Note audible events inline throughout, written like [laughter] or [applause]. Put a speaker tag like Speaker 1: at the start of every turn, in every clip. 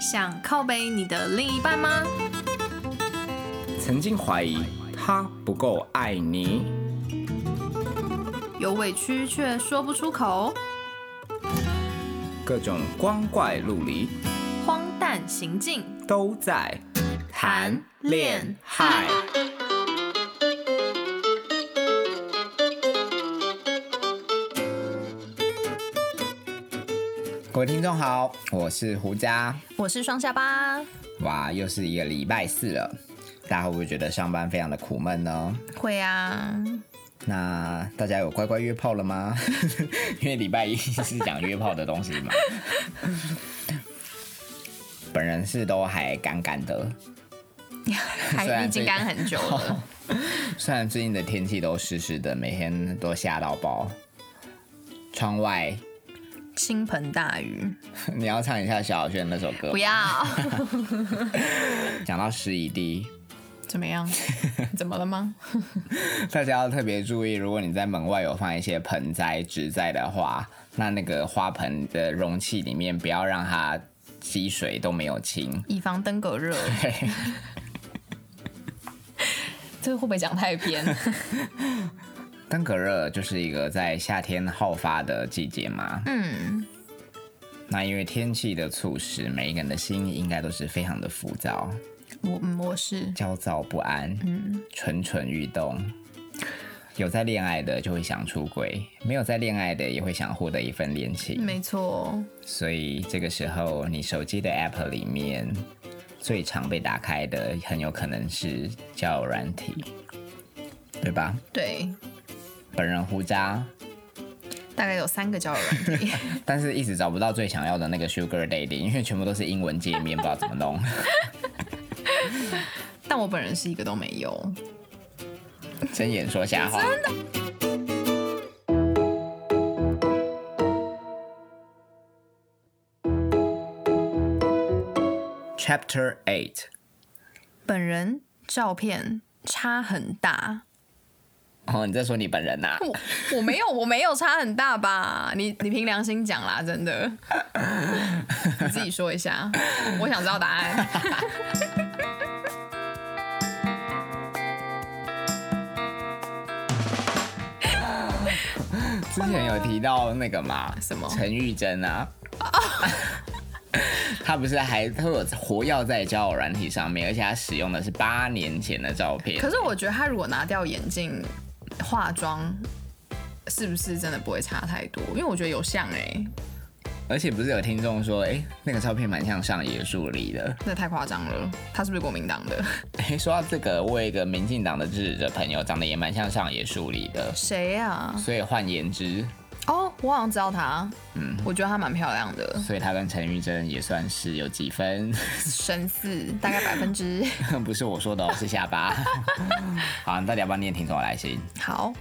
Speaker 1: 想靠背你的另一半吗？
Speaker 2: 曾经怀疑他不够爱你，
Speaker 1: 有委屈却说不出口，
Speaker 2: 各种光怪陆离
Speaker 1: 荒诞行径，
Speaker 2: 都在谈恋爱。各位听众好，我是胡佳。
Speaker 1: 我是双下巴，
Speaker 2: 哇，又是一个礼拜四了，大家会不会觉得上班非常的苦闷呢？
Speaker 1: 会 [laughs] 啊，
Speaker 2: 那大家有乖乖约炮了吗？ [laughs] 因为礼拜一是讲约炮的东西嘛。本人是都还干干的，虽
Speaker 1: 还
Speaker 2: 然
Speaker 1: 已经
Speaker 2: 这
Speaker 1: 干很久了，
Speaker 2: 虽然最近的天气都湿湿的，每天都下到爆。窗外， [laughs]
Speaker 1: 倾盆大雨，
Speaker 2: 你要唱一下萧亚轩那首歌
Speaker 1: 不
Speaker 2: 吗。
Speaker 1: 要
Speaker 2: 讲到湿一滴，
Speaker 1: [laughs] 怎么样？ [laughs] 怎么了吗？
Speaker 2: 大家要特别注意，如果你在门外有放一些盆栽、植栽的话，那那个花盆的容器里面不要让它积水都没有清。 [laughs]
Speaker 1: 以防登革热，这会不会讲太偏？
Speaker 2: 登革热就是一个在夏天好发的季节嘛，
Speaker 1: 嗯，
Speaker 2: 那因为天气的促使，每一个人的心应该都是非常的浮躁、
Speaker 1: [laughs] 我嗯我是
Speaker 2: 焦躁不安，嗯，蠢蠢欲动。有在恋爱的就会想出轨，没有在恋爱的也会想获得一份恋情。
Speaker 1: 没错，
Speaker 2: 所以这个时候，你手机的 App 里面最常被打开的，很有可能是交友软体，对吧？
Speaker 1: 对，
Speaker 2: 本人胡渣，
Speaker 1: 大概有三个交友软 [laughs] 体，
Speaker 2: 但是一直找不到最想要的那个 Sugar Daddy，因为全部都是英文界面，不知道怎么弄。 [laughs]
Speaker 1: 但我本人是一个都没有。
Speaker 2: 睁眼说瞎话。Chapter Eight，
Speaker 1: 本人照片差很大。
Speaker 2: 哦，你在说你本人呐、
Speaker 1: 我我没 [laughs] 有我没有差很大吧？你你凭良心讲啦，真 [laughs] 的，你自己说一下，我想知道答案。 [laughs]
Speaker 2: 之前有提到那个嘛，
Speaker 1: 什么
Speaker 2: 陈玉珍啊， [laughs] 她不是还她有活跃在交友软体上面，而且她使用的是八年前的照片。
Speaker 1: 可是我觉得他如果拿掉眼镜、化妆，是不是真的不会差太多？因为我觉得有像哎、
Speaker 2: 而且不是有听众说，哎、那个照片蛮像上野树里的。 [laughs]
Speaker 1: 那太夸张了。他是不是国民党的？
Speaker 2: 哎、说到这个，我有一个民进党的支持者朋友，长得也蛮像上野树里的，
Speaker 1: 谁啊？
Speaker 2: 所以换言之，
Speaker 1: 哦，我好像知道他。嗯，我觉得她蛮漂亮 [laughs] 的，
Speaker 2: 所以他跟陈玉珍也算是有几分， [laughs]
Speaker 1: 神似，大概百分之
Speaker 2: 不是我说的、哦，是下巴。 [laughs] 好，你到底要不要念听众的来信？
Speaker 1: [laughs] 好，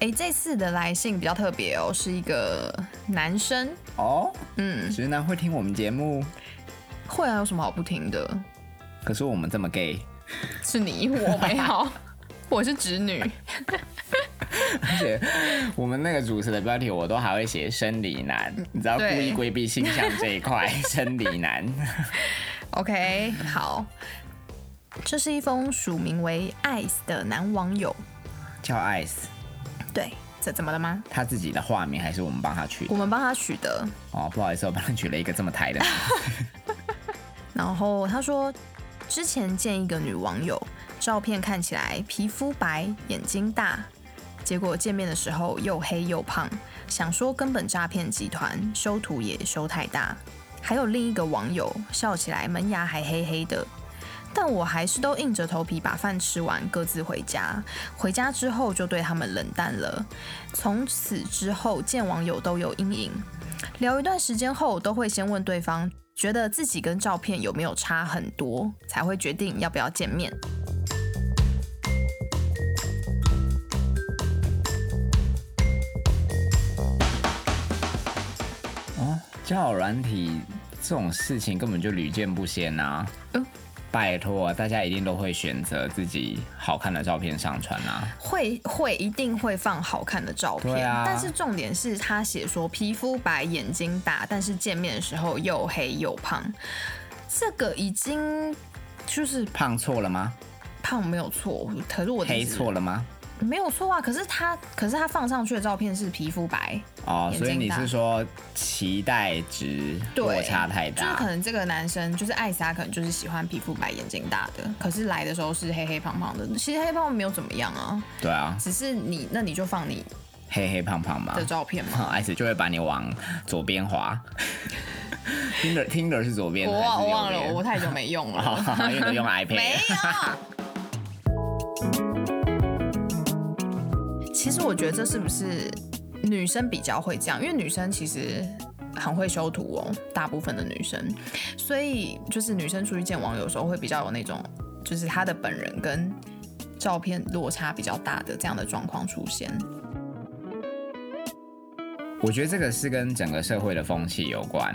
Speaker 1: 哎、这次的来信比较特别哦，是一个男生，
Speaker 2: 哦，
Speaker 1: 嗯，
Speaker 2: 直男会听我们节目，
Speaker 1: 会啊，有什么好不听的？
Speaker 2: 可是我们这么 gay，
Speaker 1: 是你，我没 [laughs] 有，我是直女，
Speaker 2: 而且我们那个主持的标题我都还会写生理男，你知道故
Speaker 1: 对
Speaker 2: 意规避性向这一块， [laughs] 生理男。
Speaker 1: OK，好，这是一封署名为 Ice 的男网友。
Speaker 2: 叫 Ice，
Speaker 1: 对，这怎么了吗？
Speaker 2: 他自己的化名还是我们帮他取的
Speaker 1: 我？们帮他取的。
Speaker 2: 哦，不好意思，我帮他取了一个这么
Speaker 1: [laughs]
Speaker 2: 台的名字。
Speaker 1: 然后他说，之前见一个女网友，照片看起来皮肤白，眼睛大，结果见面的时候又黑又胖，想说根本诈骗集团修图也修太大。还有另一个网友笑起来门牙还黑黑的，但我还是都硬着头皮把饭吃完，各自回家。回家之后就对他们冷淡了，从此之后见网友都有阴影。聊一段时间后，都会先问对方觉得自己跟照片有没有差很多，才会决定要不要见面。
Speaker 2: 哦，交友软体这种事情根本就屡见不鲜呐、
Speaker 1: 嗯
Speaker 2: 拜托，大家一定都会选择自己好看的照片上传啊。
Speaker 1: 会会一定会放好看的照
Speaker 2: 对
Speaker 1: 片，
Speaker 2: 啊
Speaker 1: 但是重点是他写说皮肤白、眼睛大，但是见面的时候又黑又胖，这个已经就是
Speaker 2: 胖错了吗？
Speaker 1: 胖没有错，可是我
Speaker 2: 黑错了吗？
Speaker 1: 没有错啊，可是他可是他放上去的照片是皮肤白，
Speaker 2: 哦，
Speaker 1: 眼睛
Speaker 2: 所以你
Speaker 1: 大
Speaker 2: 是说期待值
Speaker 1: 对
Speaker 2: 落差太
Speaker 1: 就是可
Speaker 2: 大？
Speaker 1: 能这个男生就是艾莎，可能就是喜欢皮肤白、眼睛大的，可是来的时候是黑黑胖胖的，其实黑胖胖没有怎么样啊，
Speaker 2: 对啊，
Speaker 1: 只是你那你就放你
Speaker 2: 黑黑胖胖嘛
Speaker 1: 的，照片嘛。
Speaker 2: 而且就会把你往左
Speaker 1: [laughs]
Speaker 2: 边滑。Tinder Tinder 是左边
Speaker 1: 我
Speaker 2: 还是
Speaker 1: 忘我
Speaker 2: 右
Speaker 1: 忘了，
Speaker 2: 边？
Speaker 1: 我太久没
Speaker 2: [laughs]
Speaker 1: 用了。
Speaker 2: 哦因为
Speaker 1: [laughs]
Speaker 2: 都用 iPad。
Speaker 1: 没有。其实我觉得这是不是女生比较会这样？因为女生其实很会修图哦，大部分的女生，所以就是女生出去见网友的时候会比较有那种，就是她的本人跟照片落差比较大的这样的状况出现。
Speaker 2: 我觉得这个是跟整个社会的风气有关，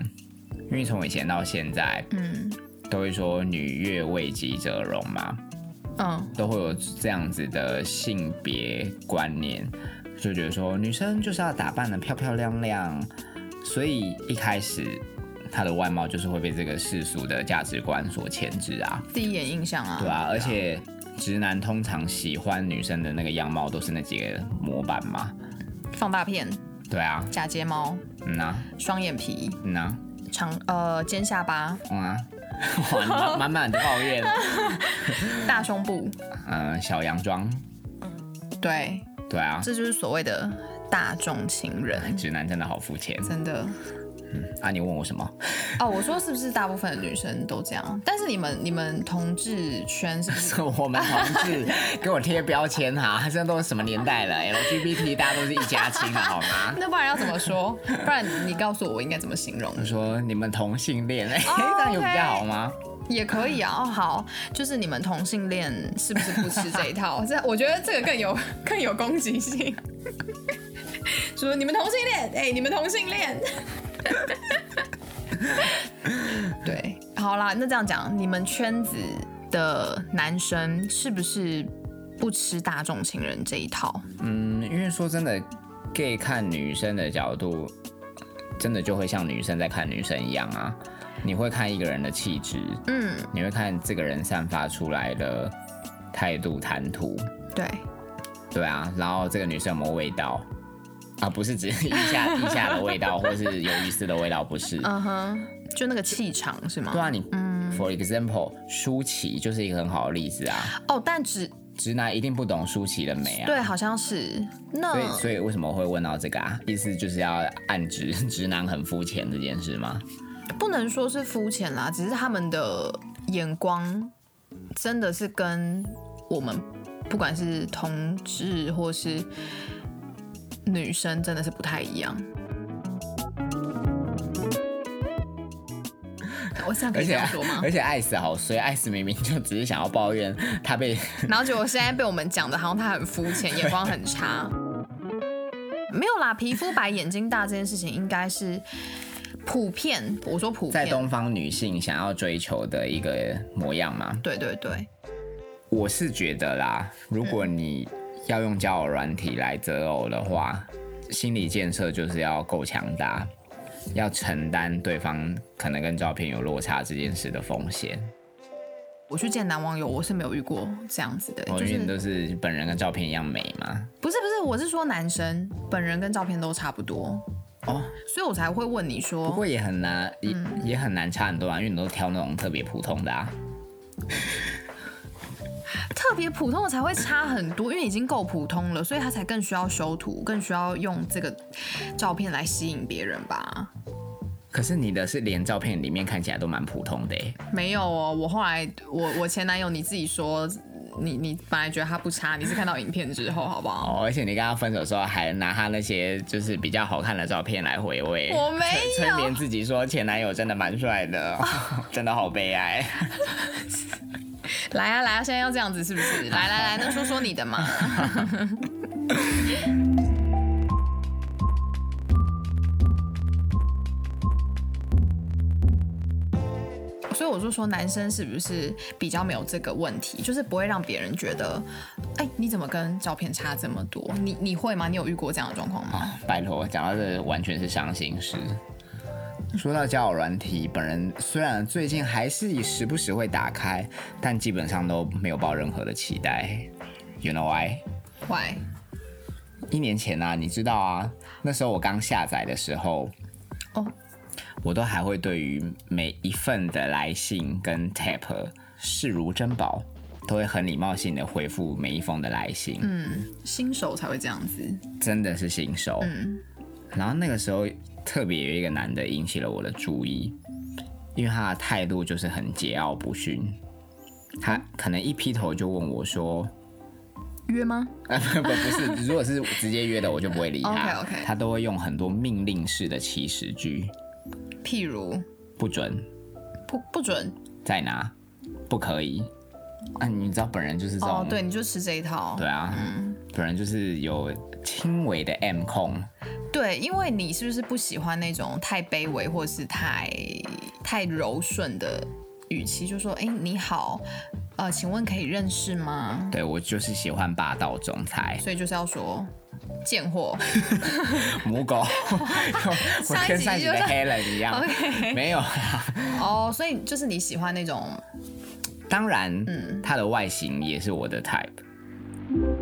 Speaker 2: 因为从以前到现在
Speaker 1: 嗯
Speaker 2: 都会说“女悦为己者容”嘛，
Speaker 1: 嗯，
Speaker 2: 都会有这样子的性别观念，就觉得说女生就是要打扮的漂漂亮亮，所以一开始她的外貌就是会被这个世俗的价值观所牵制啊，
Speaker 1: 第一眼印象啊，
Speaker 2: 对啊，而且直男通常喜欢女生的那个样貌都是那几个模板嘛，
Speaker 1: 放大片、
Speaker 2: 对啊，
Speaker 1: 假睫毛、
Speaker 2: 嗯呐、
Speaker 1: 双眼皮、
Speaker 2: 嗯 [laughs] 呐、
Speaker 1: 长呃尖下巴、
Speaker 2: 嗯啊，哇，你满满满的抱怨，
Speaker 1: 大胸部，
Speaker 2: 嗯、小洋装，
Speaker 1: 对，
Speaker 2: 对啊，
Speaker 1: 这就是所谓的大众情人，
Speaker 2: 直男真的好肤浅
Speaker 1: 真的。
Speaker 2: 啊！你问我什么？ [laughs]
Speaker 1: 哦，我说是不是大部分的女生都这样？但是你们你们同志圈是不 [laughs] 是？
Speaker 2: 我们同志给我贴标签哈， [laughs] 这都什么年代了？LGBT 大家都是一家亲的好吗？
Speaker 1: 那不然要怎么说？不然你告诉我，我应该怎么形容
Speaker 2: 我？说你们同性恋， [laughs] 哎、这样有比较好吗？
Speaker 1: 也可以
Speaker 2: [laughs]
Speaker 1: 啊。哦，好，就是你们同性恋是不是不吃这一
Speaker 2: [laughs]
Speaker 1: 套？这我觉得这个更有更有攻击性。 [laughs] 说你们同性恋，哎、你们同性恋。 [laughs] 对，好啦，那这样讲，你们圈子的男生是不是不吃大众情人这一套？
Speaker 2: 嗯，因为说真的，gay 看女生的角度，真的就会像女生在看女生一样啊。你会看一个人的气质，
Speaker 1: 嗯，
Speaker 2: 你会看这个人散发出来的态度、谈吐，
Speaker 1: 对，
Speaker 2: 对啊，然后这个女生有没有味道啊？不是指 [laughs] 腋下腋下的
Speaker 1: [laughs]
Speaker 2: 味道，或是鱿鱼丝的味道，不是。
Speaker 1: 嗯哼，就那个气场是吗？
Speaker 2: 对啊，你 for example，舒淇就是一个很好的例子啊。
Speaker 1: 哦，但只
Speaker 2: 直男一定不懂舒淇的美啊。
Speaker 1: 对，好像是那
Speaker 2: 所以，所以为什么会问到这个啊？意思就是要暗指 [laughs] 直男很肤浅这件事吗？
Speaker 1: 不能说是肤浅啦，只是他们的眼光真的是跟我们不管是同志或是女生真的是不太一样。我这样可
Speaker 2: 而
Speaker 1: 以
Speaker 2: 且啊
Speaker 1: 这样说吗？
Speaker 2: 而且艾斯好衰，艾斯明明就只是想要抱怨他被
Speaker 1: 然后结果现在被我们讲的，好像他很肤浅，眼光很差。 [laughs] 没有啦，皮肤白、眼睛大这件事情应该是普遍，我说普
Speaker 2: 在
Speaker 1: 遍，
Speaker 2: 东方女性想要追求的一个模样嘛。
Speaker 1: 对对对，
Speaker 2: 我是觉得啦，如果你要用交友软体来择偶的话，心理建设就是要够强大，要承担对方可能跟照片有落差这件事的风险。
Speaker 1: 我去见男网友，我是没有遇过这样子的，
Speaker 2: 我
Speaker 1: 就
Speaker 2: 永远
Speaker 1: 是
Speaker 2: 哦
Speaker 1: 嗯
Speaker 2: 都是本人跟照片一样美嘛。
Speaker 1: 不是不是，我是说男生本人跟照片都差不多，
Speaker 2: 哦，
Speaker 1: 所以我才会问你
Speaker 2: 不
Speaker 1: 说，
Speaker 2: 过也很难，也、
Speaker 1: 嗯
Speaker 2: 也很难差很多啊，因为你都挑那种特别普通的啊。
Speaker 1: 特别普通的才会差很多，因为已经够普通了，所以他才更需要修图，更需要用这个照片来吸引别人吧？
Speaker 2: 可是你的是连照片里面看起来都蛮普通的欸，
Speaker 1: 没有哦，我后来我我前男友你自己说，你你本来觉得他不差，你是看到影片之后，好不好？
Speaker 2: 哦，而且你跟他分手的时候还拿他那些就是比较好看的照片来回味。
Speaker 1: 我没
Speaker 2: 催
Speaker 1: 有，
Speaker 2: 眠自己说前男友真的蛮帅的， [laughs] 真的好悲哀。
Speaker 1: 来啊来啊，现在要这样子是不 [laughs] 是？来来来，那说说你的嘛。 [laughs] 所以我就说，男生是不是比较没有这个问题，就是不会让别人觉得，哎、你怎么跟照片差这么多？你你会吗？你有遇过这样的状况 [laughs] 吗？
Speaker 2: 拜托，讲到这完全是伤心事。说到交友软体，本人虽然最近还是时不时会打开，但基本上都没有抱任何的期待。You know why？
Speaker 1: 会，
Speaker 2: 一年前啊，你知道啊，那时候我刚下载的时候，
Speaker 1: 哦，
Speaker 2: 我都还会对于每一份的来信跟 tap 视如珍宝，都会很礼貌性的回复每一封的来信。
Speaker 1: 嗯，新手才会这样子，
Speaker 2: 真的是新手。
Speaker 1: 嗯
Speaker 2: 然后那个时候特别有一个男的引起了我的注意，因为他的态度就是很桀骜不驯。他
Speaker 1: 哦
Speaker 2: 可能一劈头就问我说 [laughs]
Speaker 1: 约吗？：“
Speaker 2: 不，不是，如果是直接约的，我就不会理他。
Speaker 1: [laughs] OK，OK
Speaker 2: 他都会用很多命令式的祈使句，
Speaker 1: 譬如
Speaker 2: 不准，
Speaker 1: 不不准
Speaker 2: 在哪，不可以。啊，你知道本人就是这种，
Speaker 1: 哦，对，嗯你就吃这一套，
Speaker 2: 对啊，本人就是有轻微的 M 控，
Speaker 1: 对，因为你是不是不喜欢那种太卑微或是太太柔顺的语气？就说，哎、你好，呃，请问可以认识吗？
Speaker 2: 对我就是喜欢霸道总裁。
Speaker 1: 所以就是要说贱货。
Speaker 2: [laughs]
Speaker 1: [laughs]
Speaker 2: 母狗，我
Speaker 1: 上一
Speaker 2: 跟
Speaker 1: 集
Speaker 2: 上一集
Speaker 1: 就
Speaker 2: 的
Speaker 1: 是
Speaker 2: Helen 一样，
Speaker 1: [laughs] OK，
Speaker 2: 没有啊啦。
Speaker 1: 哦，所以就是你喜欢那种，
Speaker 2: 当然，
Speaker 1: 嗯
Speaker 2: 它的外形也是我的 type。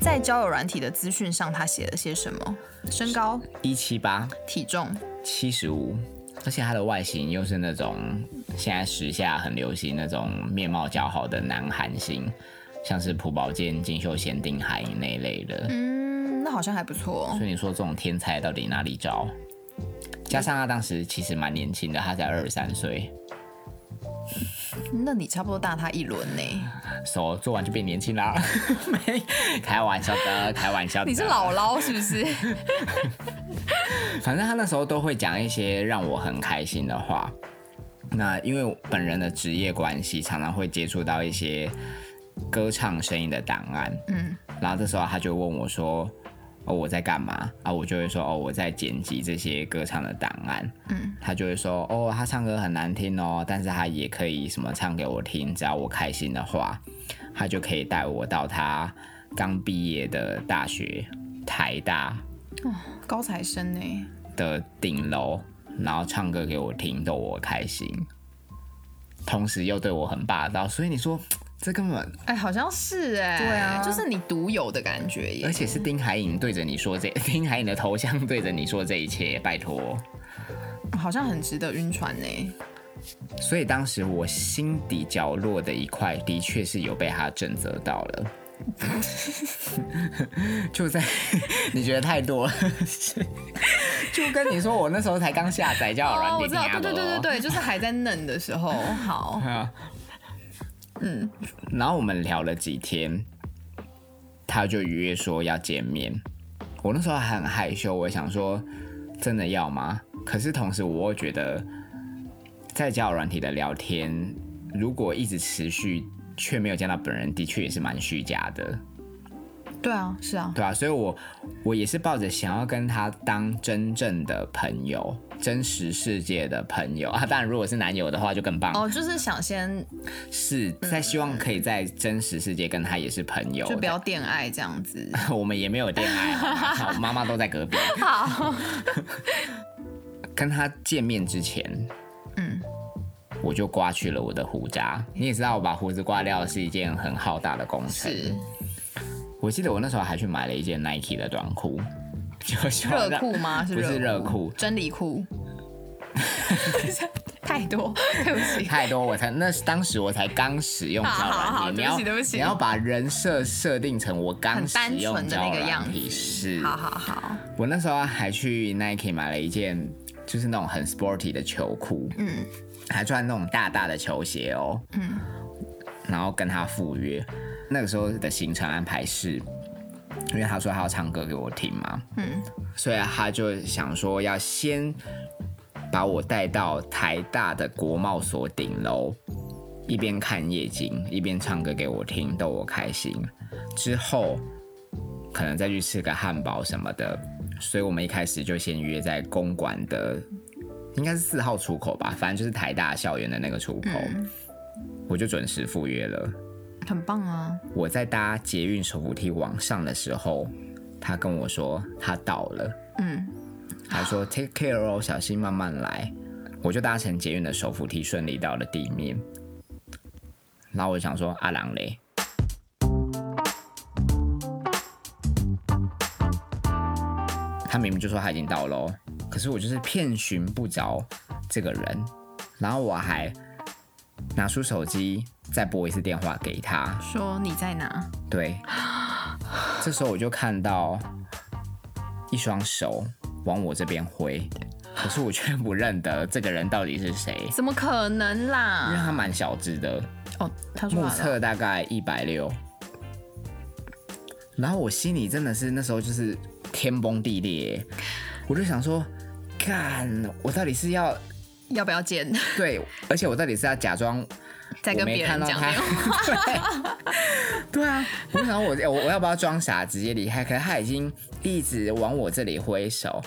Speaker 1: 在交友软体的资讯上，他写了些什么？身高、
Speaker 2: 一七八
Speaker 1: 体重，
Speaker 2: 七十五，而且它的外形又是那种现在时下很流行那种面貌姣好的男韩星，像是朴宝剑、金秀贤、丁海寅那一类的。
Speaker 1: 嗯，那好像还不错哦。
Speaker 2: 所以你说这种天才到底哪里找？加上他当时其实蛮年轻的，他才二十三岁，
Speaker 1: 哦那你差不多大他一轮 [laughs] 呢。
Speaker 2: 手做完就变年轻啦。 [laughs] 没，开玩笑的，开玩笑的。
Speaker 1: 你是姥姥是不 [laughs] 是？
Speaker 2: 反正他那时候都会讲一些让我很开心的话。那因为我本人的职业关系，常常会接触到一些歌唱声音的档案。
Speaker 1: 嗯，
Speaker 2: 然后这时候他就问我说：“哦，我在干嘛？”啊，我就会说：“哦，我在剪辑这些歌唱的档案。”
Speaker 1: 嗯，
Speaker 2: 他就会说：“哦，他唱歌很难听哦，但是他也可以什么唱给我听，只要我开心的话，他就可以带我到他刚毕业的大学台大
Speaker 1: 高材生呢？
Speaker 2: 的顶楼，然后唱歌给我听，逗我开心，同时又对我很霸道，所以你说这根本，
Speaker 1: 哎、好像是哎、
Speaker 2: 对啊
Speaker 1: 就是你独有的感觉耶
Speaker 2: 而。且是丁海寅对着你说这， [laughs] 丁海寅的头像对着你说这一切，拜托。
Speaker 1: 好像很值得晕船呢、
Speaker 2: 所以当时我心底角落的一块，的确是有被他震慑到了。 [laughs] 就在 [laughs] 你觉得太多了，是就跟你说我那时候才刚下载交友软
Speaker 1: 哦
Speaker 2: 啊
Speaker 1: 我
Speaker 2: 体，
Speaker 1: 知道，
Speaker 2: 你
Speaker 1: 对
Speaker 2: 还
Speaker 1: 对对对
Speaker 2: 不
Speaker 1: 对，就是还在嫩的时候。 [laughs] 好，
Speaker 2: 啊，嗯，然后我们聊了几天，他就约说要见面。我那时候还很害羞，我想说真的要吗？可是同时我又觉得，在交友软体的聊天，如果一直持续却没有见到本人，的确也是蛮虚假的，
Speaker 1: 对啊，是啊，
Speaker 2: 对啊，所以我我也是抱着想要跟他当真正的朋友、真实世界的朋友啊。当然，如果是男友的话就更棒了
Speaker 1: 哦，就是想先
Speaker 2: 是在希望可以在真实世界跟他也是朋友，
Speaker 1: 嗯就不要恋爱这样子。
Speaker 2: [laughs] 我们也没有恋爱好吗，好妈妈都在隔壁。
Speaker 1: [laughs] 好，
Speaker 2: 跟他见面之前，
Speaker 1: 嗯，
Speaker 2: 我就刮去了我的胡渣。你也知道，我把胡子刮掉是一件很浩大的工程。
Speaker 1: 是
Speaker 2: 我记得我那时候还去买了一件 Nike 的短裤，就希望
Speaker 1: 热
Speaker 2: 让
Speaker 1: 裤吗？是
Speaker 2: 不是热裤
Speaker 1: 真理裤。
Speaker 2: [laughs]
Speaker 1: 太多，对不起。
Speaker 2: 太多，我才那当时我才刚使用交友
Speaker 1: 好好好
Speaker 2: 软体，你
Speaker 1: 对
Speaker 2: 要
Speaker 1: 不起对不起
Speaker 2: 你要把人设设定成我刚
Speaker 1: 很
Speaker 2: 使
Speaker 1: 单纯
Speaker 2: 用
Speaker 1: 的
Speaker 2: 交
Speaker 1: 那
Speaker 2: 友
Speaker 1: 个样
Speaker 2: 软体
Speaker 1: 子
Speaker 2: 是
Speaker 1: 好好好，
Speaker 2: 我那时候还去 Nike 买了一件，就是那种很 sporty 的球裤，
Speaker 1: 嗯
Speaker 2: 还穿那种大大的球鞋哦，
Speaker 1: 嗯，
Speaker 2: 然后跟他赴约。那个时候的行程安排是，因为他说他要唱歌给我听嘛，
Speaker 1: 嗯，
Speaker 2: 所以他就想说要先把我带到台大的国贸所顶楼，一边看夜景，一边唱歌给我听，逗我开心。之后可能再去吃个汉堡什么的，所以我们一开始就先约在公馆的，应该是四号出口吧，反正就是台大校园的那个出口，我就准时赴约了。
Speaker 1: 很棒啊！
Speaker 2: 我在搭捷运手扶梯往上的时候，他跟我说他到了，
Speaker 1: 嗯，
Speaker 2: 他说 take care 哦，小心慢慢来。我就搭乘捷运的手扶梯，顺利到了地面。然后我就想说阿郎嘞，他明明就说他已经到喽，可是我就是遍寻不着这个人。然后我还拿出手机再拨一次电话给他，
Speaker 1: 说你在哪？
Speaker 2: 对，这时候我就看到一双手往我这边挥，可是我却不认得这个人到底是谁，
Speaker 1: 怎么可能
Speaker 2: 因为
Speaker 1: 啦？
Speaker 2: 他蛮小只的，
Speaker 1: 哦，他说
Speaker 2: 目
Speaker 1: 完了，
Speaker 2: 测大概一百六。然后我心里真的是那时候就是天崩地裂，我就想说，干，我到底是要
Speaker 1: 要不要见？
Speaker 2: 对，而且我到底是要假装
Speaker 1: 再跟
Speaker 2: 我没
Speaker 1: 别人
Speaker 2: 看到
Speaker 1: 讲
Speaker 2: 他
Speaker 1: 电话
Speaker 2: [laughs] 对对啊，我想我 [laughs] 我我要不要装傻直接离开？可是他已经一直往我这里挥手，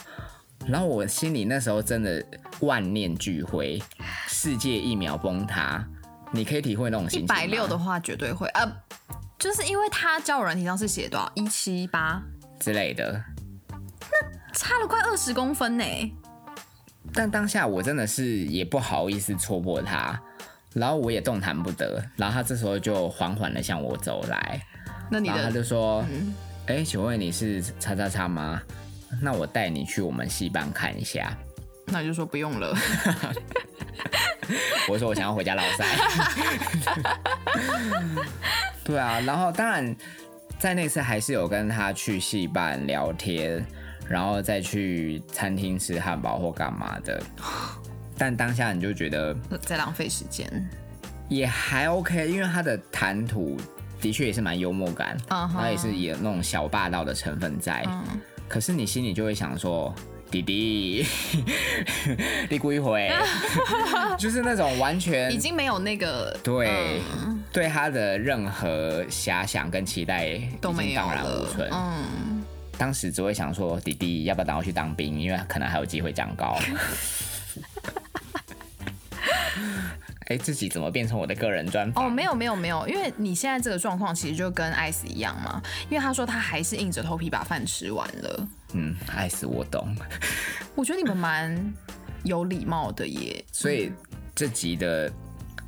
Speaker 2: 然后我心里那时候真的万念俱灰，世界一秒崩塌。你可以体会那种心
Speaker 1: 一
Speaker 2: 情
Speaker 1: 百六
Speaker 2: 吗
Speaker 1: 的话绝对会，呃，就是因为他交友软体上是写多少一七八，
Speaker 2: 之类的，
Speaker 1: 差了快二十公分呢。
Speaker 2: 但当下我真的是也不好意思戳破他，然后我也动弹不得，然后他这时候就缓缓的向我走来，
Speaker 1: 那你
Speaker 2: 然后他
Speaker 1: 的嗯
Speaker 2: 就说：“哎、请问你是叉叉叉吗？那我带你去我们戏班看一下。”
Speaker 1: 那你就说不用了， [laughs]
Speaker 2: 我说我想要回家老塞。 [laughs] 对啊，然后当然在那次还是有跟他去戏办聊天，然后再去餐厅吃汉堡或干嘛
Speaker 1: [laughs]
Speaker 2: 的。但当下你就觉得
Speaker 1: 再浪费时间。
Speaker 2: 也还 OK，因为他的谈吐的确也是蛮幽默感，
Speaker 1: 嗯
Speaker 2: 然
Speaker 1: 哼
Speaker 2: 后也是有那种小霸道的成分在。
Speaker 1: 嗯，
Speaker 2: 可是你心里就会想说，弟弟， [laughs] 你故意
Speaker 1: [laughs]
Speaker 2: 回，就是那种完全
Speaker 1: 已经没有那个
Speaker 2: 对、
Speaker 1: 嗯
Speaker 2: 对他的任何遐想跟期待已
Speaker 1: 都
Speaker 2: 经
Speaker 1: 没有
Speaker 2: 荡然无
Speaker 1: 了
Speaker 2: 存。，
Speaker 1: 嗯，
Speaker 2: 当时只会想说，弟弟要不要赶快去当兵，因为可能还有机会
Speaker 1: [laughs]
Speaker 2: 长高。哎、自己怎么变成我的个人专访？
Speaker 1: 哦，没有没有没有，因为你现在这个状况其实就跟艾斯一样嘛，因为他说他还是硬着头皮把饭吃完了。
Speaker 2: 嗯，爱死我懂。
Speaker 1: 我觉得你们蛮有礼貌的耶，
Speaker 2: 所以这集的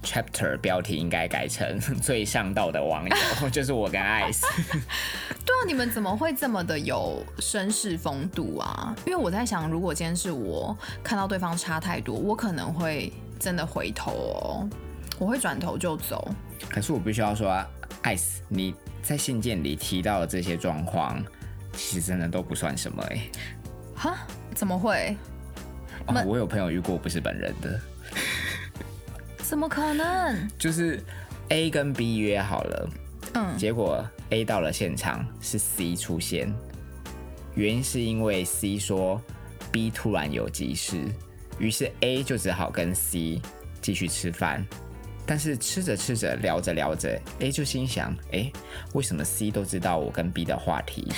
Speaker 2: chapter 标题应该改成 [laughs] “最上道的网友”， [laughs] 就是我跟艾斯。
Speaker 1: 对啊，你们怎么会这么的有绅士风度啊？因为我在想，如果今天是我看到对方差太多，我可能会真的回头哦，我会转头就走。
Speaker 2: 可是我必须要说啊，艾斯，你在信件里提到的这些状况，其实真的都不算什么哎、
Speaker 1: 哈？怎么会？
Speaker 2: 哦，我有朋友遇过不是本人的，
Speaker 1: 怎么可能？
Speaker 2: 就是 A 跟 B 约好了，
Speaker 1: 嗯，
Speaker 2: 结果 A 到了现场是 C 出现，原因是因为 C 说 B 突然有急事，于是 A 就只好跟 C 继续吃饭。但是吃着吃着聊着聊着，A 就心想：诶，为什么 C 都知道我跟 B 的话题，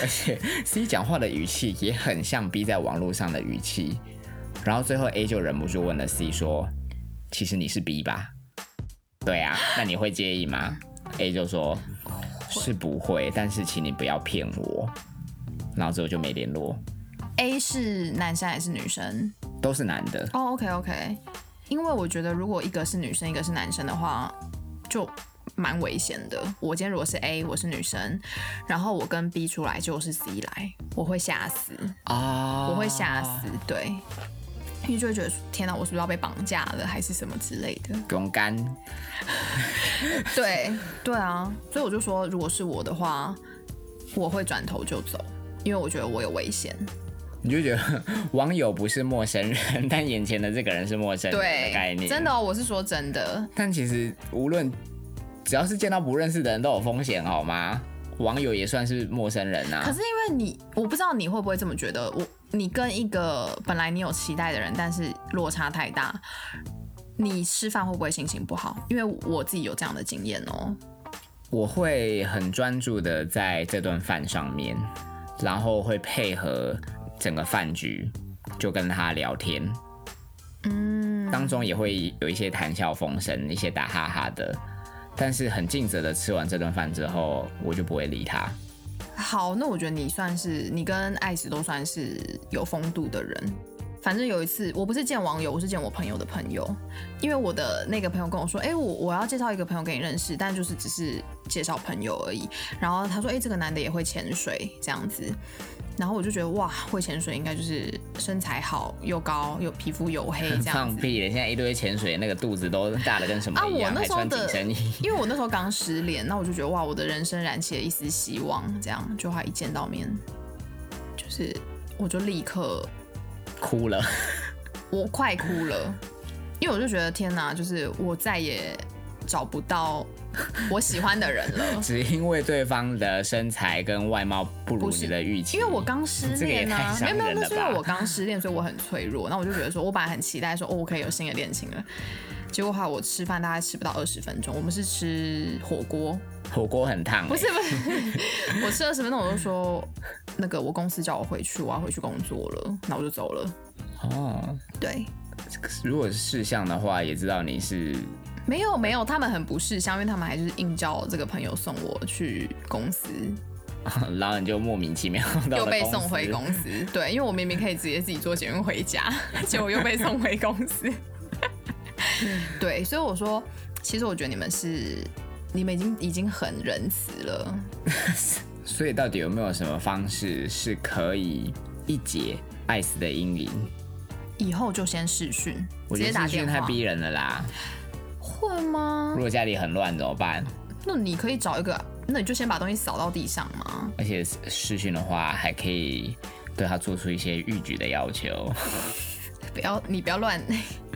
Speaker 2: 而且 C 讲话的语气也很像 B 在网络上的语气。然后最后 A 就忍不住问了 C 说：“其实你是 B 吧？”对啊，那你会介意吗？A 就说：“是不会，但是请你不要骗我。”然后之后就没联络，
Speaker 1: A 是男生还是女生？
Speaker 2: 都是男的。
Speaker 1: 哦、o k OK，因为我觉得如果一个是女生，一个是男生的话，就蛮危险的。我今天如果是 A，我是女生，然后我跟 B 出来就是 C 来，我会吓死。
Speaker 2: 啊
Speaker 1: 我会吓
Speaker 2: 哦
Speaker 1: 死，对，因为就会觉得天哪，我是不是要被绑架了，还是什么之类的？
Speaker 2: 勇敢，
Speaker 1: 对，对啊，所以我就说，如果是我的话，我会转头就走，因为我觉得我有危险。
Speaker 2: 你就觉得网友不是陌生人， [laughs] 但眼前的哎这个人是陌生人的概
Speaker 1: 对，
Speaker 2: 念。嗯
Speaker 1: 真的、。哦，我是说真的，
Speaker 2: 但其实无论只要是见到不认识的人都有风险，好吗？网友也算是陌生人
Speaker 1: 可
Speaker 2: 啊。
Speaker 1: 是因为你，我不知道你会不会这么觉得。我，你跟一个本来你有期待的人，但是落差太大，你吃饭会不会心情不好？因为我自己有这样的经验哦。
Speaker 2: 我会很专注的在这顿饭上面，然后会配合整个饭局，就跟他聊天，
Speaker 1: 嗯，
Speaker 2: 当中也会有一些谈笑风生，一些打哈哈的。但是很尽责的吃完这顿饭之后，我就不会理他。
Speaker 1: 好，那我觉得你算是你跟艾斯都算是有风度的人。反正有一次，我不是见网友，我是见我朋友的朋友，因为我的那个朋友跟我说，哎、我我要介绍一个朋友给你认识，但就是只是介绍朋友而已。然后他说，哎、这个男的也会潜水这样子。然后我就觉得，哇，会潜水应该就是身材好，又高，又皮肤黝黑这样
Speaker 2: 放
Speaker 1: 子。
Speaker 2: 屁嘞！现在一堆潜水，那个肚子都大的跟什么
Speaker 1: 啊
Speaker 2: 一样，
Speaker 1: 我那
Speaker 2: 还
Speaker 1: 时候
Speaker 2: 穿
Speaker 1: 的
Speaker 2: 紧身衣。
Speaker 1: 因为我那时候刚失恋，那我就觉得哇，我的人生燃起了一丝希望，这样就他一见到面，就是我就立刻 [laughs]
Speaker 2: 哭了，，
Speaker 1: 我快哭了，因为我就觉得天哪，就是我再也找不到我喜欢的人了
Speaker 2: [laughs] 只因为对方的身材跟外貌不如
Speaker 1: 不是
Speaker 2: 你的预期。
Speaker 1: 因为我刚失
Speaker 2: 这个也
Speaker 1: 恋
Speaker 2: 太
Speaker 1: 啊，没
Speaker 2: 伤
Speaker 1: 有没有，
Speaker 2: 人
Speaker 1: 那
Speaker 2: 了
Speaker 1: 是因
Speaker 2: 吧
Speaker 1: 为我刚失恋，所以我很脆弱。那我就觉得说，我本来很期待说，哦，我可以有新的恋情了。结果后来我吃饭大概吃不到二十分钟，我们是吃火锅，
Speaker 2: 火锅很烫、欸，
Speaker 1: 不是不是， [laughs] 我吃二十分钟我就说，那个我公司叫我回去，我要回去工作了，那我就走了。
Speaker 2: 哦。
Speaker 1: 对，
Speaker 2: 如果是事项的话，也知道你是 [laughs]
Speaker 1: 没有没有，他们很不识相，因为他们还是硬叫这个朋友送我去公司，
Speaker 2: 然后你就莫名
Speaker 1: [laughs]
Speaker 2: 其妙到了
Speaker 1: 又被
Speaker 2: 公司
Speaker 1: 送回公司。对，因为我明明可以直接自己坐捷运回家， [laughs] 结果又被送回公司。 [laughs] 对，所以我说，其实我觉得你们是，你们已经已经很仁慈了。
Speaker 2: 所以到底有没有什么方式是可以一解艾斯的阴影？
Speaker 1: 以后就先试训，
Speaker 2: 我
Speaker 1: 直
Speaker 2: 觉
Speaker 1: 接
Speaker 2: 得
Speaker 1: 打
Speaker 2: 资讯
Speaker 1: 电
Speaker 2: 太
Speaker 1: 话
Speaker 2: 逼人了啦。
Speaker 1: 会吗
Speaker 2: 如？果家里很乱怎么办？
Speaker 1: 那你可以找一个，那你就先把东西扫到地上嘛。
Speaker 2: 而且视讯的话，还可以对他做出一些逾矩的要
Speaker 1: [laughs]
Speaker 2: 求。
Speaker 1: 不要，你不要乱， [laughs]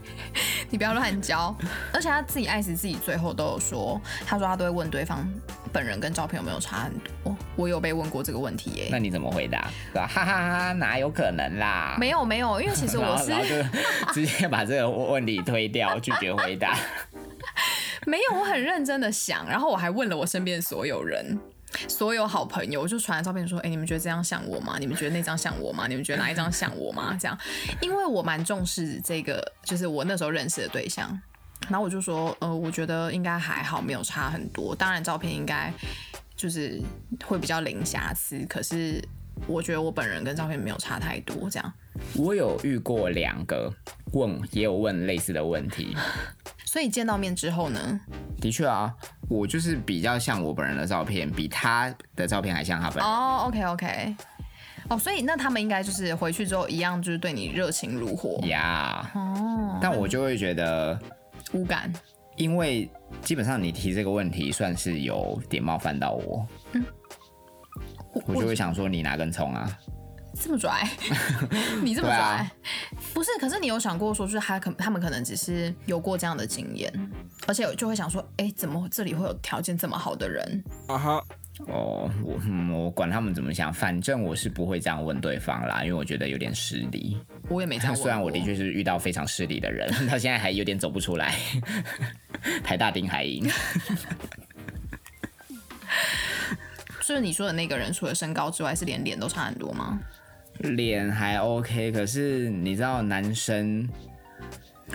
Speaker 1: 你不要乱教。而且他自己爱死自己，最后都有说，他说他都会问对方本人跟照片有没有差很多。我有被问过这个问题耶、
Speaker 2: 那你怎么回答？对吧？哈哈哈，哪有可能啦？
Speaker 1: 没有没有，因为其实
Speaker 2: 然
Speaker 1: 我
Speaker 2: 后，
Speaker 1: 是
Speaker 2: 然后就 [laughs] 直接把这个问题推掉，拒绝回答。
Speaker 1: [laughs] 没有，我很认真的想，然后我还问了我身边所有人。所有好朋友，我就传照片说：“哎、你们觉得这张像我吗？你们觉得那张像我吗？你们觉得哪一张像我吗？”这样，因为我蛮重视这个，就是我那时候认识的对象。然后我就说：“呃，我觉得应该还好，没有差很多。当然，照片应该就是会比较零瑕疵，可是我觉得我本人跟照片没有差太多。”这样，
Speaker 2: 我有遇过两个问，也有问类似的问
Speaker 1: [laughs]
Speaker 2: 题。
Speaker 1: 所以见到面之后呢，
Speaker 2: 的确啊，我就是比较像我本人的照片，比他的照片还像他本人。
Speaker 1: 哦、o k OK，哦，所以那他们应该就是回去之后一样，就是对你热情如火，
Speaker 2: 呀、
Speaker 1: 哦，
Speaker 2: 但我就会觉得，
Speaker 1: 无感，
Speaker 2: 因为基本上你提这个问题，算是有点冒犯到我，我就会想说你哪根葱啊？
Speaker 1: 这么
Speaker 2: [laughs]
Speaker 1: 拽，你这么拽，
Speaker 2: 对啊
Speaker 1: 不是？可是你有想过说，就是他可他们可能只是有过这样的经验，而且就会想说，哎、怎么这里会有条件这么好的人？
Speaker 2: 哦，我、嗯、我管他们怎么想，反正我是不会这样问对方啦，因为我觉得有点失礼。
Speaker 1: 我也没这
Speaker 2: [laughs]
Speaker 1: 样问过。
Speaker 2: 虽然我的确是遇到非常失礼的人，
Speaker 1: [laughs]
Speaker 2: 到现在还有点走不出来。 [laughs] 台大丁海英，
Speaker 1: 就是你说的那个人，除了身高之外，是连脸都差很多吗？
Speaker 2: 脸还 OK，可是你知道男生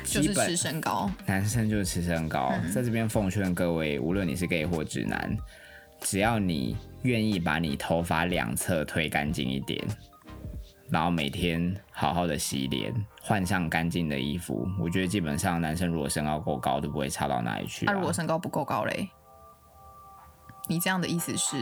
Speaker 1: 就
Speaker 2: 基
Speaker 1: 是
Speaker 2: 本
Speaker 1: 吃身高，
Speaker 2: 男生就是吃身高，
Speaker 1: 嗯
Speaker 2: 在这边奉劝各位，无论你是 gay 或直男，只要你愿意把你头发两侧推干净一点，然后每天好好的洗脸，换上干净的衣服，我觉得基本上男生如果身高够高，都不会差到哪里去、
Speaker 1: 那、
Speaker 2: 啊。
Speaker 1: 如果身高不够高嘞？你这样的意思是？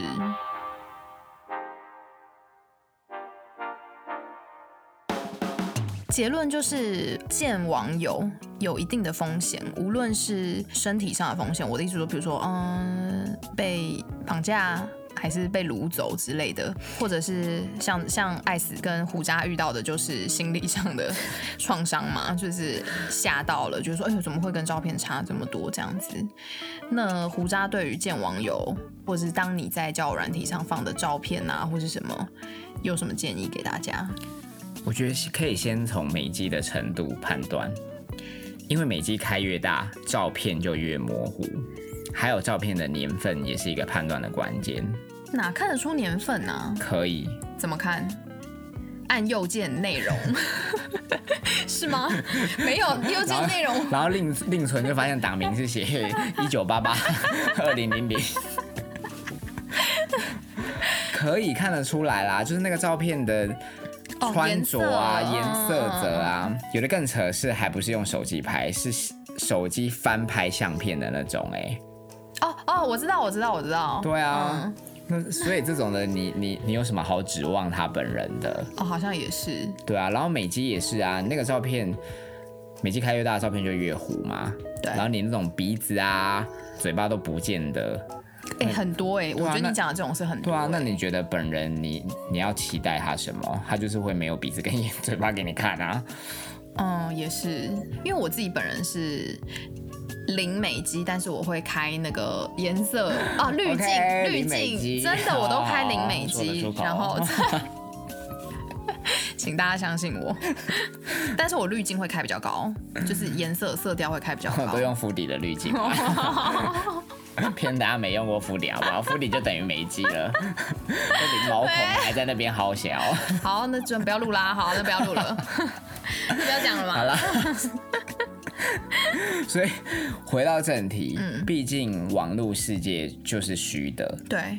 Speaker 1: 结论就是见网友有一定的风险，无论是身体上的风险，我的意思说，比如说，嗯，被绑架还是被掳走之类的，或者是像像艾斯跟胡渣遇到的，就是心理上的创伤嘛，就是吓到了，觉得说，哎呦，怎么会跟照片差这么多这样子？那胡渣对于见网友，或者是当你在交友软体上放的照片啊，或是什么，有什么建议给大家？
Speaker 2: 我觉得可以先从美肌的程度判断，因为美肌开越大，照片就越模糊，还有照片的年份也是一个判断的关键。
Speaker 1: 哪看得出年份啊？
Speaker 2: 可 [laughs] 以，
Speaker 1: 怎么看？按右键内容 [laughs] 是 [laughs] 吗？没有右
Speaker 2: 然
Speaker 1: 键
Speaker 2: 后
Speaker 1: 内容
Speaker 2: 然后另另存就发现党名是 [laughs] 写一九八八二零 [laughs] 零零，可以看得出来啦，就是那个照片的
Speaker 1: 哦
Speaker 2: 穿
Speaker 1: 颜
Speaker 2: 着
Speaker 1: 色
Speaker 2: 啊、
Speaker 1: 嗯
Speaker 2: 颜色泽啊，有的更扯是还不是用手机拍，是手机翻拍相片的那种哎、
Speaker 1: 哦哦，我知道，我知道，我知道。
Speaker 2: 对啊
Speaker 1: 嗯，
Speaker 2: 那所以这种的你你你有什么好指望他本人的？
Speaker 1: 哦，好像也是。
Speaker 2: 对啊，然后美肌也是啊，那个照片，美肌开越大，照片就越糊嘛。
Speaker 1: 对
Speaker 2: 然后你那种鼻子啊、嘴巴都不见得。
Speaker 1: 哎、很多哎、我
Speaker 2: 啊
Speaker 1: 觉得
Speaker 2: 那
Speaker 1: 你讲的这种是很多、
Speaker 2: 对啊，那
Speaker 1: 哎
Speaker 2: 你觉得本人你你要期待他什么？他就是会没有鼻子跟眼嘴巴给你看啊。
Speaker 1: 嗯也是，因为我自己本人是零美肌，但是我会开那个颜
Speaker 2: [laughs]
Speaker 1: 色啊滤镜
Speaker 2: OK，
Speaker 1: 滤
Speaker 2: 零美肌
Speaker 1: 镜，真的我都开零美肌
Speaker 2: 好说得出，口
Speaker 1: 然
Speaker 2: [laughs]
Speaker 1: 后请大家相信我， [laughs] 但是我滤镜会开比较高，就是颜色色调会开比较
Speaker 2: [laughs]
Speaker 1: 高
Speaker 2: 都。用敷底的滤镜嘛。骗大家没用过敷底好不好？敷底就等于没肌
Speaker 1: [laughs]
Speaker 2: 了，这里毛孔还在那边好小。
Speaker 1: [laughs] 好，那就不要录啦，好，那不要录了，那 [laughs] 不要讲了嘛。
Speaker 2: 好啦， [laughs] 所以回到正题，
Speaker 1: 嗯
Speaker 2: 毕竟网络世界就是虚的，
Speaker 1: [laughs] 对，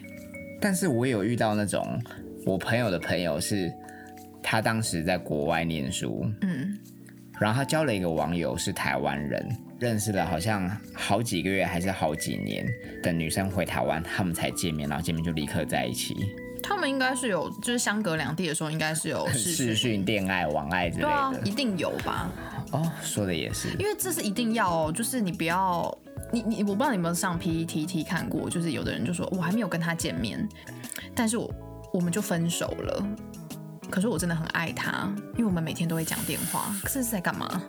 Speaker 2: 但是我有遇到那种我朋友的朋友是，他当时在国外念书，
Speaker 1: 嗯，
Speaker 2: 然后他交了一个网友是台湾人，认识了好像好几个月还是好几年，等女生回台湾他们才见面，然后见面就立刻在一起，
Speaker 1: 他们应该是有，就是相隔两地的时候，应该是有视
Speaker 2: 视
Speaker 1: 讯
Speaker 2: 讯恋爱、网爱之类
Speaker 1: 对啊，
Speaker 2: 的
Speaker 1: 一。定有吧？
Speaker 2: 哦，说的也是，
Speaker 1: 因为这是一定要哦，就是你不要，你你我不知道你有没有上 PTT 看过，就是有的人就说我还没有跟他见面，但是我我们就分手了。可是我真的很爱他，因为我们每天都会讲电话。这是在干嘛？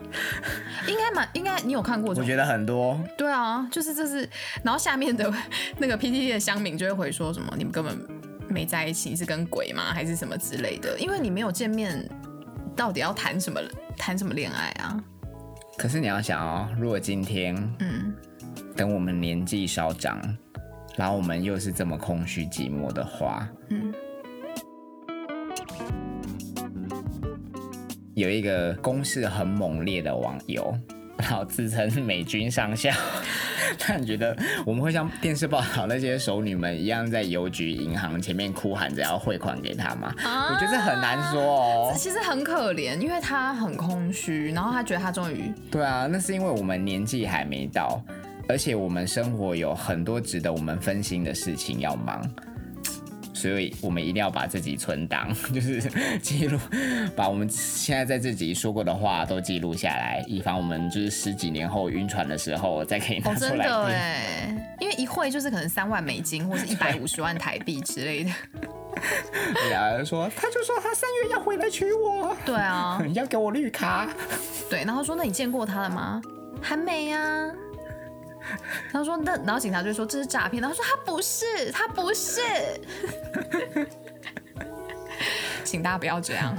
Speaker 1: 应该蛮应该，你有看过这种？
Speaker 2: 我觉得很多
Speaker 1: 对啊，就是这是，然后下面的 [laughs] 那个 PTT 的乡民就会回说什么你们根本没在一起，你是跟鬼吗？还是什么之类的？因为你没有见面，到底要谈什么谈什么恋爱啊？
Speaker 2: 可是你要想哦，如果今天
Speaker 1: 嗯，
Speaker 2: 等我们年纪稍长，然后我们又是这么空虚寂寞的话，
Speaker 1: 嗯，
Speaker 2: 有一个攻势很猛烈的网友， [laughs] 然后自称是美军上校， [laughs] 但觉得我们会像电视报道那些熟女们一样，在邮局、银行前面哭喊着要汇款给他吗？
Speaker 1: 啊
Speaker 2: 我觉得这很难说哦。
Speaker 1: 其实很可怜，因为他很空虚，然后他觉得他终于
Speaker 2: 对啊，那是因为我们年纪还没到，而且我们生活有很多值得我们分心的事情要忙，所以我们一定要把自己存档， [laughs] 就是记录，把我们现在在这集说过的话都记录下来，以防我们就是十几年后晕船的时候再可以拿
Speaker 1: 哦，
Speaker 2: 出
Speaker 1: 真
Speaker 2: 来
Speaker 1: 的
Speaker 2: 听。
Speaker 1: 哎，因为一会就是可能三万美金或是一百五十万台币之类的，
Speaker 2: 对啊，说他就说他三月要回来娶我，
Speaker 1: 对啊，
Speaker 2: 要给我绿卡。
Speaker 1: 对，然后说那你见过他了吗？还没啊。他说那，然后警察就说这是诈骗，然后说他不是，他不是，请大家不要这样，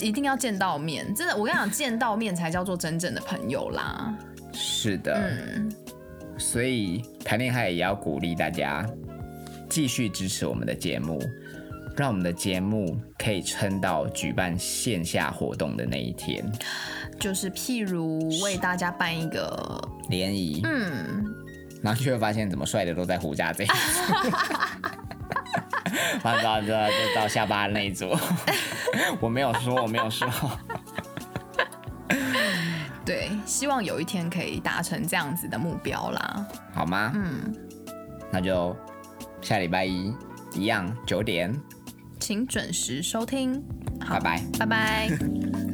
Speaker 1: 一定要见到面，真的，我跟你讲，见到面才叫做真正的朋友啦。
Speaker 2: 是的，
Speaker 1: 嗯
Speaker 2: 所以谈恋爱也要鼓励大家继续支持我们的节目，让我们的节目可以撑到举办线下活动的那一天，
Speaker 1: 就是譬如为大家办一个，
Speaker 2: 联谊。
Speaker 1: 嗯，
Speaker 2: 然后就会发现怎么帅的都在胡家这一组， [laughs] 然后到到就到下巴那一组， [laughs] 我没有说，我没有说，
Speaker 1: 对，希望有一天可以达成这样子的目标啦。
Speaker 2: 好吗？
Speaker 1: 嗯，
Speaker 2: 那就下礼拜一一样九点，
Speaker 1: 请准时收听，
Speaker 2: 拜拜。
Speaker 1: 拜拜。